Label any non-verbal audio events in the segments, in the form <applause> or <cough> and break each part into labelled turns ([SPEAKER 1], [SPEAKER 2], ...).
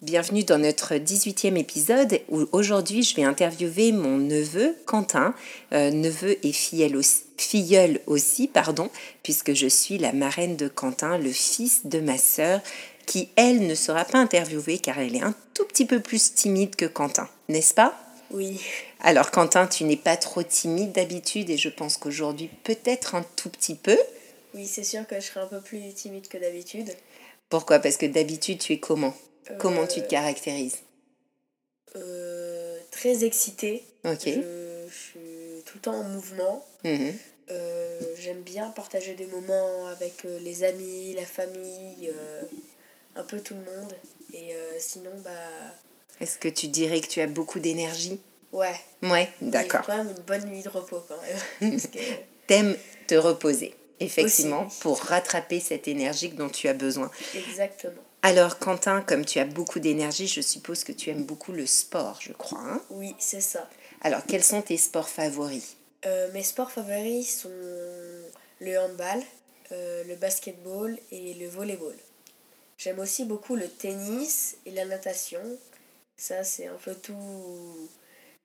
[SPEAKER 1] Bienvenue dans notre 18e épisode où aujourd'hui je vais interviewer mon neveu Quentin, euh, neveu et filleul aussi, filleul aussi, pardon, puisque je suis la marraine de Quentin, le fils de ma sœur, qui elle ne sera pas interviewée car elle est un tout petit peu plus timide que Quentin, n'est-ce pas
[SPEAKER 2] Oui.
[SPEAKER 1] Alors Quentin, tu n'es pas trop timide d'habitude et je pense qu'aujourd'hui peut-être un tout petit peu.
[SPEAKER 2] Oui, c'est sûr que je serai un peu plus timide que d'habitude.
[SPEAKER 1] Pourquoi Parce que d'habitude tu es comment Comment tu
[SPEAKER 2] Euh,
[SPEAKER 1] te caractérises
[SPEAKER 2] euh, Très excitée.
[SPEAKER 1] Ok.
[SPEAKER 2] Je, je suis tout le temps en mouvement.
[SPEAKER 1] Mhm.
[SPEAKER 2] Euh, J'aime bien partager des moments avec euh, les amis, la famille, euh, un peu tout le monde. Et euh, sinon, bah.
[SPEAKER 1] Est-ce que tu dirais que tu as beaucoup d'énergie
[SPEAKER 2] Ouais.
[SPEAKER 1] Ouais,
[SPEAKER 2] Il
[SPEAKER 1] d'accord.
[SPEAKER 2] faut quand même une bonne nuit de repos quand même. <laughs> Parce que,
[SPEAKER 1] T'aimes te reposer, effectivement,
[SPEAKER 2] Aussi.
[SPEAKER 1] pour rattraper cette énergie dont tu as besoin.
[SPEAKER 2] exactement.
[SPEAKER 1] Alors, Quentin, comme tu as beaucoup d'énergie, je suppose que tu aimes beaucoup le sport, je crois. hein
[SPEAKER 2] Oui, c'est ça.
[SPEAKER 1] Alors, quels sont tes sports favoris
[SPEAKER 2] Euh, mes sports favoris sont le handball, euh, le basketball et le volleyball. J'aime aussi beaucoup le tennis et la natation. Ça, c'est un peu tout,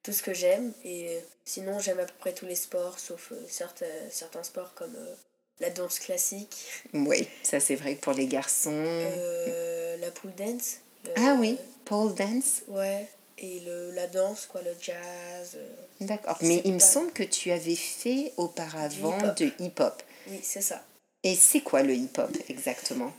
[SPEAKER 2] tout ce que j'aime. Et euh, sinon, j'aime à peu près tous les sports, sauf euh, certains, certains sports comme euh, la danse classique,
[SPEAKER 1] Oui, ça c'est vrai que pour les garçons.
[SPEAKER 2] euh, la pool dance. le-
[SPEAKER 1] ah oui, pole dance,
[SPEAKER 2] Ouais, et le, la danse, quoi, le jazz. euh,
[SPEAKER 1] d'accord. Mais
[SPEAKER 2] C'est
[SPEAKER 1] il me
[SPEAKER 2] pas-
[SPEAKER 1] semble que tu avais fait auparavant
[SPEAKER 2] Du hip-hop.
[SPEAKER 1] de hip-hop.
[SPEAKER 2] oui, c'est ça.
[SPEAKER 1] Et c'est quoi le hip-hop exactement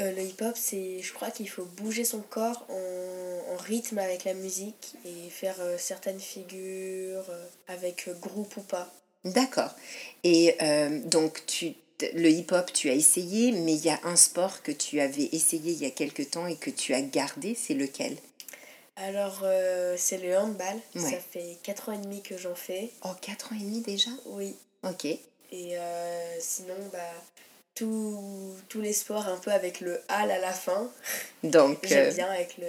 [SPEAKER 2] Euh, le hip-hop, c'est, je crois qu'il faut bouger son corps en, en rythme avec la musique et faire euh, certaines figures euh, avec euh, groupe ou pas.
[SPEAKER 1] D'accord. Et euh, donc, tu, t- le hip-hop, tu as essayé, mais il y a un sport que tu avais essayé il y a quelque temps et que tu as gardé, c'est lequel
[SPEAKER 2] Alors, euh, c'est le handball.
[SPEAKER 1] Ouais.
[SPEAKER 2] Ça fait 4 ans et demi que j'en fais.
[SPEAKER 1] Oh, 4 ans et demi déjà
[SPEAKER 2] Oui.
[SPEAKER 1] Ok.
[SPEAKER 2] Et euh, sinon, bah, tout- tous les sports un peu avec le hall à la fin.
[SPEAKER 1] Donc, euh,
[SPEAKER 2] J'aime bien avec le.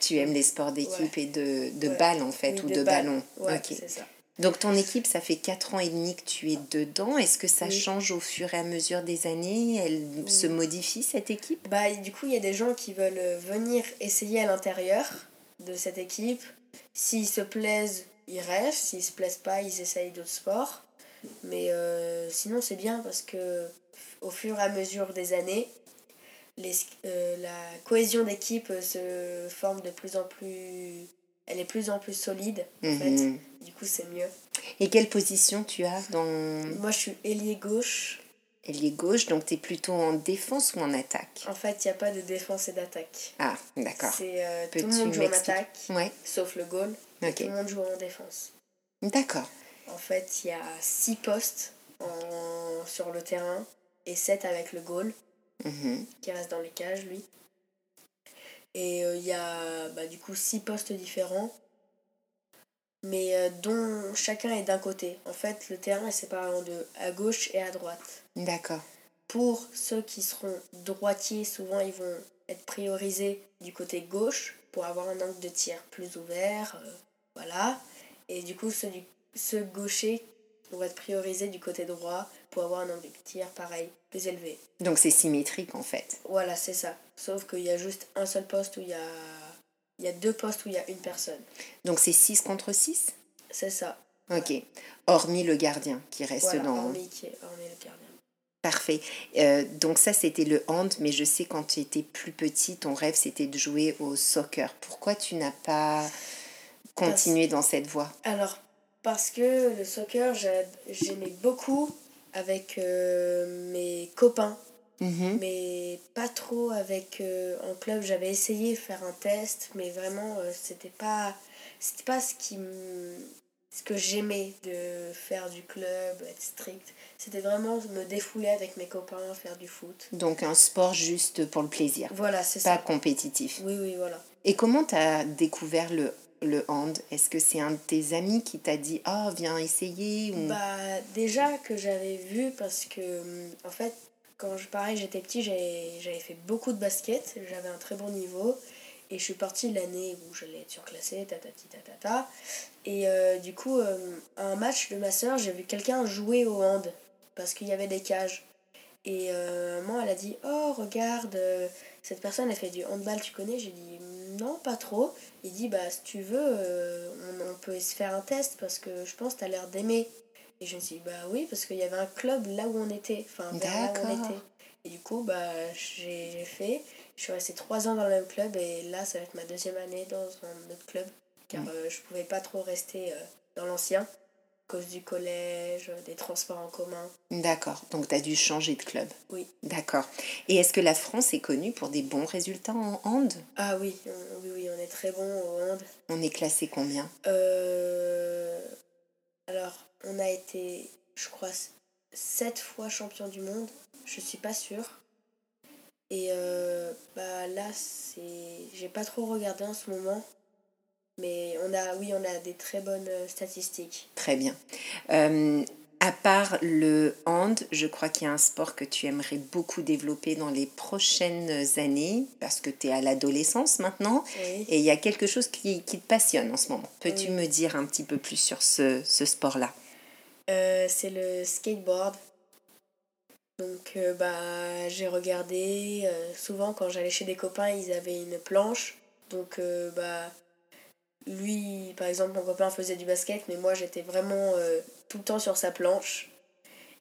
[SPEAKER 1] tu aimes les sports d'équipe et de, de
[SPEAKER 2] Ouais.
[SPEAKER 1] balle en fait,
[SPEAKER 2] Oui,
[SPEAKER 1] ou
[SPEAKER 2] de
[SPEAKER 1] de
[SPEAKER 2] balle.
[SPEAKER 1] ballon.
[SPEAKER 2] Ouais,
[SPEAKER 1] Ok.
[SPEAKER 2] c'est ça.
[SPEAKER 1] Donc, ton équipe, ça fait 4 ans et demi que tu es dedans. Est-ce que ça
[SPEAKER 2] Oui.
[SPEAKER 1] change au fur et à mesure des années Elle
[SPEAKER 2] Oui.
[SPEAKER 1] se modifie, cette équipe
[SPEAKER 2] Bah, et du coup, il y a des gens qui veulent euh, venir essayer à l'intérieur de cette équipe. S'ils se plaisent, ils restent. S'ils se plaisent pas, ils essayent d'autres sports. Mais euh, sinon, c'est bien parce que au fur et à mesure des années, les, euh, la cohésion d'équipe euh, se forme de plus en plus. Elle est de plus en plus solide. En fait,
[SPEAKER 1] Mhm.
[SPEAKER 2] du coup, c'est mieux.
[SPEAKER 1] Et quelle position tu as dans
[SPEAKER 2] Moi, je suis ailier gauche.
[SPEAKER 1] ailier gauche Donc, tu es plutôt en défense ou en attaque
[SPEAKER 2] En fait, il n'y a pas de défense et d'attaque.
[SPEAKER 1] Ah, d'accord.
[SPEAKER 2] C'est euh, tout le
[SPEAKER 1] Peux-tu
[SPEAKER 2] monde joue en
[SPEAKER 1] m'expliquer
[SPEAKER 2] attaque,
[SPEAKER 1] Ouais,
[SPEAKER 2] sauf le goal.
[SPEAKER 1] ok.
[SPEAKER 2] Tout le monde joue en défense.
[SPEAKER 1] D'accord.
[SPEAKER 2] En fait, il y a 6 postes en- sur le terrain et 7 avec le goal
[SPEAKER 1] Mhm.
[SPEAKER 2] qui reste dans les cages, lui. Et euh, il y a bah, du coup 6 postes différents, mais euh, dont chacun est d'un côté. En fait, le terrain est séparé en deux, à gauche et à droite.
[SPEAKER 1] D'accord.
[SPEAKER 2] Pour ceux qui seront droitiers, souvent ils vont être priorisés du côté gauche pour avoir un angle de tir plus ouvert. euh, voilà. Et du coup, ceux, du, ceux gauchers vont être priorisés du côté droit pour avoir un angle de tir pareil, plus élevé.
[SPEAKER 1] Donc c'est symétrique en fait.
[SPEAKER 2] Voilà, c'est ça. Sauf qu'il y a juste un seul poste où il y a, il y a deux postes où il y a une personne.
[SPEAKER 1] Donc c'est 6 contre 6
[SPEAKER 2] C'est ça.
[SPEAKER 1] Ok. Hormis le gardien qui reste
[SPEAKER 2] Voilà,
[SPEAKER 1] dans...
[SPEAKER 2] hormis, qui est- hormis le gardien.
[SPEAKER 1] Parfait. Euh, donc ça c'était le hand, mais je sais quand tu étais plus petit, ton rêve c'était de jouer au soccer. Pourquoi tu n'as pas continué dans cette voie
[SPEAKER 2] Alors, parce que le soccer, j'a- j'aimais beaucoup avec euh, mes copains,
[SPEAKER 1] Mhm.
[SPEAKER 2] mais pas trop avec euh, en club. J'avais essayé de faire un test, mais vraiment, euh, c'était pas, c'était pas ce qui, m- ce que j'aimais de faire du club, être strict. C'était vraiment me défouler avec mes copains, faire du foot.
[SPEAKER 1] Donc un sport juste pour le plaisir,
[SPEAKER 2] Voilà, c'est
[SPEAKER 1] pas
[SPEAKER 2] ça.
[SPEAKER 1] compétitif.
[SPEAKER 2] Oui, oui, voilà.
[SPEAKER 1] Et comment tu as découvert le, le hand Est-ce que c'est un de tes amis qui t'a dit « Ah, viens essayer » ou...
[SPEAKER 2] Bah déjà que j'avais vu parce que hum, en fait quand je pareil j'étais petit j'avais j'avais fait beaucoup de basket, j'avais un très bon niveau et je suis partie l'année où j'allais être surclassée, tatati tatata. Et euh, du coup euh, à un match de ma soeur j'ai vu quelqu'un jouer au hand parce qu'il y avait des cages. Et euh, maman, elle a dit Oh, regarde, euh, cette personne, elle fait du handball, tu connais J'ai dit Non, pas trop. Il dit Bah, si tu veux, euh, on, on peut se faire un test parce que je pense que tu as l'air d'aimer. Et je me suis dit Bah oui, parce qu'il y avait un club là où on était. Enfin, vers là où on
[SPEAKER 1] D'accord.
[SPEAKER 2] était. Et du coup, bah, j'ai j'ai fait. Je suis restée trois ans dans le même club et là, ça va être ma deuxième année dans un autre club car
[SPEAKER 1] Ouais.
[SPEAKER 2] euh, je pouvais pas trop rester euh, dans l'ancien à cause du collège, euh, des transports en commun.
[SPEAKER 1] D'accord, donc tu as dû changer de club.
[SPEAKER 2] Oui.
[SPEAKER 1] D'accord. Et est-ce que la France est connue pour des bons résultats en hand
[SPEAKER 2] Ah oui, on- oui, oui, on est très bon au hand.
[SPEAKER 1] On est classé combien
[SPEAKER 2] Euh, alors, on a été, je crois, sept fois champion du monde. Je suis pas sûre. Et euh, bah là, c'est, j'ai pas trop regardé en ce moment. Mais on a, oui, on a des très bonnes euh, statistiques.
[SPEAKER 1] Très bien. Euh, à part le hand, je crois qu'il y a un sport que tu aimerais beaucoup développer dans les prochaines années, parce que tu es à l'adolescence maintenant,
[SPEAKER 2] Oui.
[SPEAKER 1] et il y a quelque chose qui, qui te passionne en ce moment. Peux-tu
[SPEAKER 2] Oui.
[SPEAKER 1] me dire un petit peu plus sur ce, ce sport-là
[SPEAKER 2] Euh, c'est le skateboard. Donc euh, bah j'ai regardé euh, souvent quand j'allais chez des copains, ils avaient une planche. Donc euh, bah lui par exemple mon copain faisait du basket mais moi j'étais vraiment euh, tout le temps sur sa planche.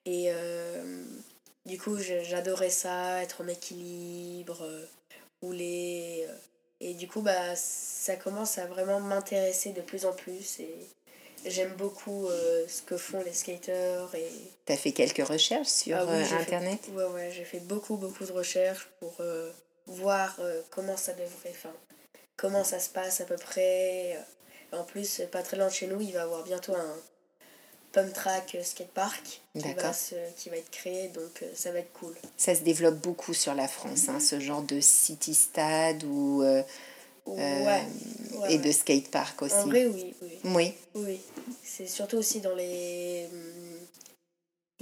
[SPEAKER 2] Et euh, du coup je- j'adorais ça, être en équilibre, euh, rouler. euh. et du coup bah ça commence à vraiment m'intéresser de plus en plus et J'aime beaucoup euh, ce que font les skateurs et
[SPEAKER 1] Tu as fait quelques recherches sur
[SPEAKER 2] Ah oui,
[SPEAKER 1] euh,
[SPEAKER 2] j'ai fait-
[SPEAKER 1] Internet
[SPEAKER 2] ouais ouais j'ai fait beaucoup beaucoup de recherches pour euh, voir euh, comment ça devrait enfin comment ça se passe à peu près. En plus pas très loin de chez nous il va y avoir bientôt un pump track euh, skatepark qui va
[SPEAKER 1] D'accord.
[SPEAKER 2] se- qui va être créé donc euh, ça va être cool.
[SPEAKER 1] Ça se développe beaucoup sur la France, hein, ce genre de city-stade ou... euh, Euh,
[SPEAKER 2] Ouais. ouais,
[SPEAKER 1] et
[SPEAKER 2] ouais.
[SPEAKER 1] de skatepark aussi.
[SPEAKER 2] En vrai oui oui.
[SPEAKER 1] Oui,
[SPEAKER 2] Oui, c'est surtout aussi dans les hum,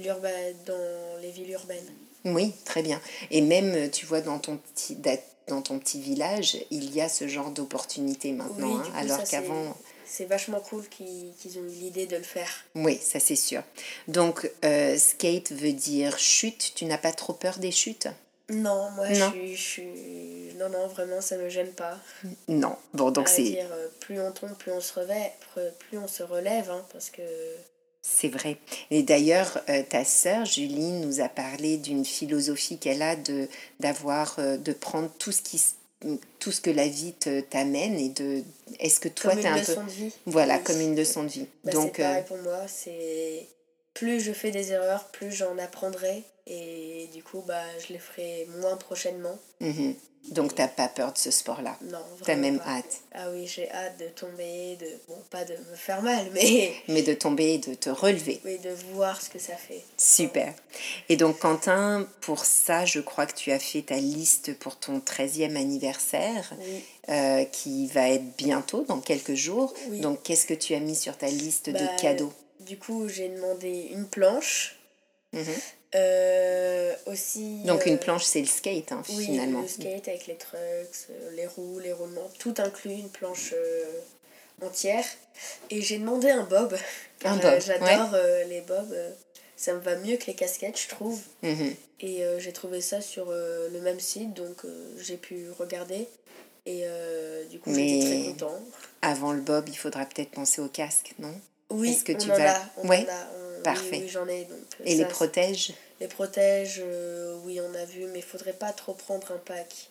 [SPEAKER 2] l'urbain dans les villes urbaines.
[SPEAKER 1] oui, très bien. Et même, tu vois, dans ton petit, da- dans ton petit village, il y a ce genre d'opportunité maintenant,
[SPEAKER 2] Oui,
[SPEAKER 1] hein,
[SPEAKER 2] du coup,
[SPEAKER 1] alors
[SPEAKER 2] ça, c'est-
[SPEAKER 1] qu'avant...
[SPEAKER 2] C'est vachement cool qu'ils qu'ils ont eu l'idée de le faire.
[SPEAKER 1] Oui, ça c'est sûr. Donc, euh, skate veut dire chute. Tu n'as pas trop peur des chutes
[SPEAKER 2] Non, moi
[SPEAKER 1] Non.
[SPEAKER 2] Je, suis, je suis. Non, non, vraiment, ça me gêne pas.
[SPEAKER 1] Non. Bon, donc
[SPEAKER 2] à
[SPEAKER 1] c'est
[SPEAKER 2] dire, euh, plus on tombe, plus on se relève, plus on se relève, hein, parce que.
[SPEAKER 1] c'est vrai. Et d'ailleurs, euh, ta sœur Julie nous a parlé d'une philosophie qu'elle a de d'avoir, euh, de prendre tout ce qui s- tout ce que la vie te- t'amène et de. Est-ce que toi,
[SPEAKER 2] comme
[SPEAKER 1] tu es
[SPEAKER 2] une
[SPEAKER 1] un peu
[SPEAKER 2] leçon de vie.
[SPEAKER 1] Voilà,
[SPEAKER 2] Oui.
[SPEAKER 1] comme une leçon de vie.
[SPEAKER 2] Bah,
[SPEAKER 1] Donc,
[SPEAKER 2] c'est pareil
[SPEAKER 1] euh,
[SPEAKER 2] pour moi, c'est. Plus je fais des erreurs, plus j'en apprendrai, et du coup, bah, je les ferai moins prochainement.
[SPEAKER 1] mhm. donc t'as pas peur de ce sport-là.
[SPEAKER 2] Non,
[SPEAKER 1] T'as
[SPEAKER 2] vraiment.
[SPEAKER 1] même
[SPEAKER 2] pas.
[SPEAKER 1] hâte.
[SPEAKER 2] Ah oui, j'ai hâte de tomber, de. Bon, pas de me faire mal, <laughs> mais.
[SPEAKER 1] Mais de tomber et de te relever.
[SPEAKER 2] oui, de voir ce que ça fait.
[SPEAKER 1] Super. Et donc, Quentin, pour ça, je crois que tu as fait ta liste pour ton 13e anniversaire,
[SPEAKER 2] Oui.
[SPEAKER 1] euh, qui va être bientôt, dans quelques jours.
[SPEAKER 2] Oui.
[SPEAKER 1] Donc, qu'est-ce que tu as mis sur ta liste
[SPEAKER 2] Bah,
[SPEAKER 1] de cadeaux
[SPEAKER 2] Du coup, j'ai demandé une planche.
[SPEAKER 1] Mhm.
[SPEAKER 2] Euh, aussi.
[SPEAKER 1] Donc,
[SPEAKER 2] euh,
[SPEAKER 1] une planche, c'est le skate, hein,
[SPEAKER 2] oui,
[SPEAKER 1] finalement.
[SPEAKER 2] le skate avec les trucks, euh, les roues, les roulements, tout inclus, une planche euh, entière. Et j'ai demandé un bob.
[SPEAKER 1] Un
[SPEAKER 2] Euh,
[SPEAKER 1] bob,
[SPEAKER 2] J'adore euh, les bobs. euh, ça me va mieux que les casquettes, je trouve.
[SPEAKER 1] Mhm.
[SPEAKER 2] Et euh, j'ai trouvé ça sur euh, le même site, donc euh, j'ai pu regarder. Et euh, du coup, j'étais
[SPEAKER 1] Mais-
[SPEAKER 2] très content.
[SPEAKER 1] Avant le bob, il faudra peut-être penser au casque, non
[SPEAKER 2] Oui,
[SPEAKER 1] Est-ce que
[SPEAKER 2] on
[SPEAKER 1] tu
[SPEAKER 2] en
[SPEAKER 1] vas-
[SPEAKER 2] a. On
[SPEAKER 1] Ouais,
[SPEAKER 2] en a, on- oui,
[SPEAKER 1] parfait.
[SPEAKER 2] Oui, j'en ai. Donc, euh,
[SPEAKER 1] Et les
[SPEAKER 2] ça,
[SPEAKER 1] protèges
[SPEAKER 2] Les protèges, euh, oui, on a vu, mais faudrait pas trop prendre un pack.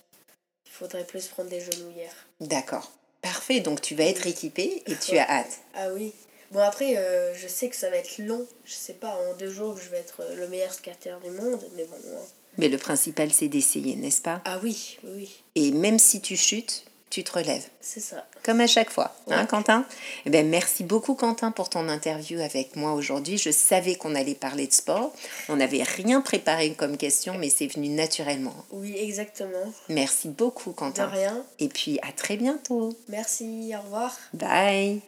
[SPEAKER 2] Il faudrait plus prendre des genouillères.
[SPEAKER 1] D'accord. Parfait. Donc, tu vas être équipé et tu as hâte.
[SPEAKER 2] Ah oui. Bon, après, euh, je sais que ça va être long. Je sais pas, en deux jours, je vais être euh, le meilleur skateur du monde, mais bon. hein.
[SPEAKER 1] Mais le principal, c'est d'essayer, n'est-ce pas
[SPEAKER 2] Ah oui, oui, oui,
[SPEAKER 1] Et même si tu chutes, tu te relèves,
[SPEAKER 2] c'est ça.
[SPEAKER 1] comme à chaque fois, hein,
[SPEAKER 2] Ouais.
[SPEAKER 1] Quentin Eh ben, Merci beaucoup, Quentin, pour ton interview avec moi aujourd'hui. Je savais qu'on allait parler de sport. On n'avait rien préparé comme question, mais c'est venu naturellement.
[SPEAKER 2] Oui, exactement.
[SPEAKER 1] Merci beaucoup,
[SPEAKER 2] De
[SPEAKER 1] Quentin.
[SPEAKER 2] rien.
[SPEAKER 1] Et puis, à très bientôt.
[SPEAKER 2] Merci, au revoir.
[SPEAKER 1] Bye